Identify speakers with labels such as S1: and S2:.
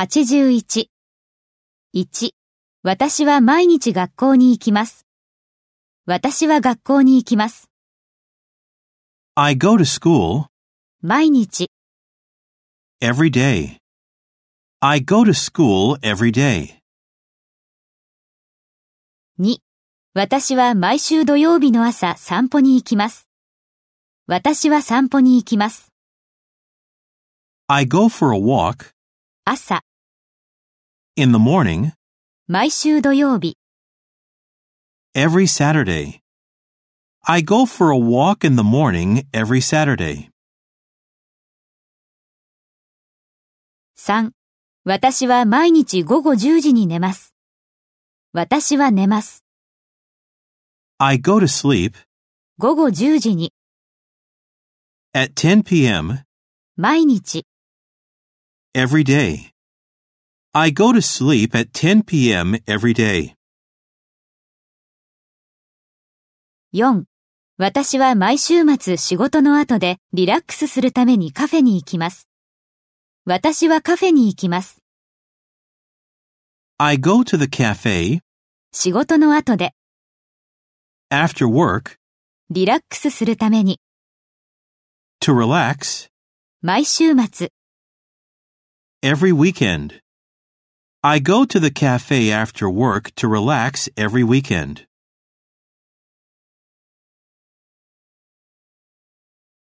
S1: 81。1. 私は毎日学校に行きます。私は学校に行きます。
S2: I go to school
S1: 毎日、
S2: every day. I go to school every day.
S1: 2. 私は毎週土曜日の朝散歩に行きます。私は散歩に行きます。
S2: I go for a walk
S1: 朝、
S2: in the morning
S1: 毎週土曜日、
S2: every Saturday. I go for a walk in the morning every Saturday.
S1: 3. 私は毎日午後10時に寝ます。私は寝ます。
S2: I go to sleep
S1: 午後10時に、
S2: at 10 p.m.
S1: 毎日、
S2: every day. I go to sleep at 10 p.m. every day.
S1: 4. 私は毎週末仕事の後でリラックスするためにカフェに行きます。私はカフェに行きます。
S2: I go to the cafe
S1: 仕事の後で
S2: after work
S1: リラックスするために
S2: to relax
S1: 毎週末
S2: every weekend. I go to the cafe after work to relax every weekend.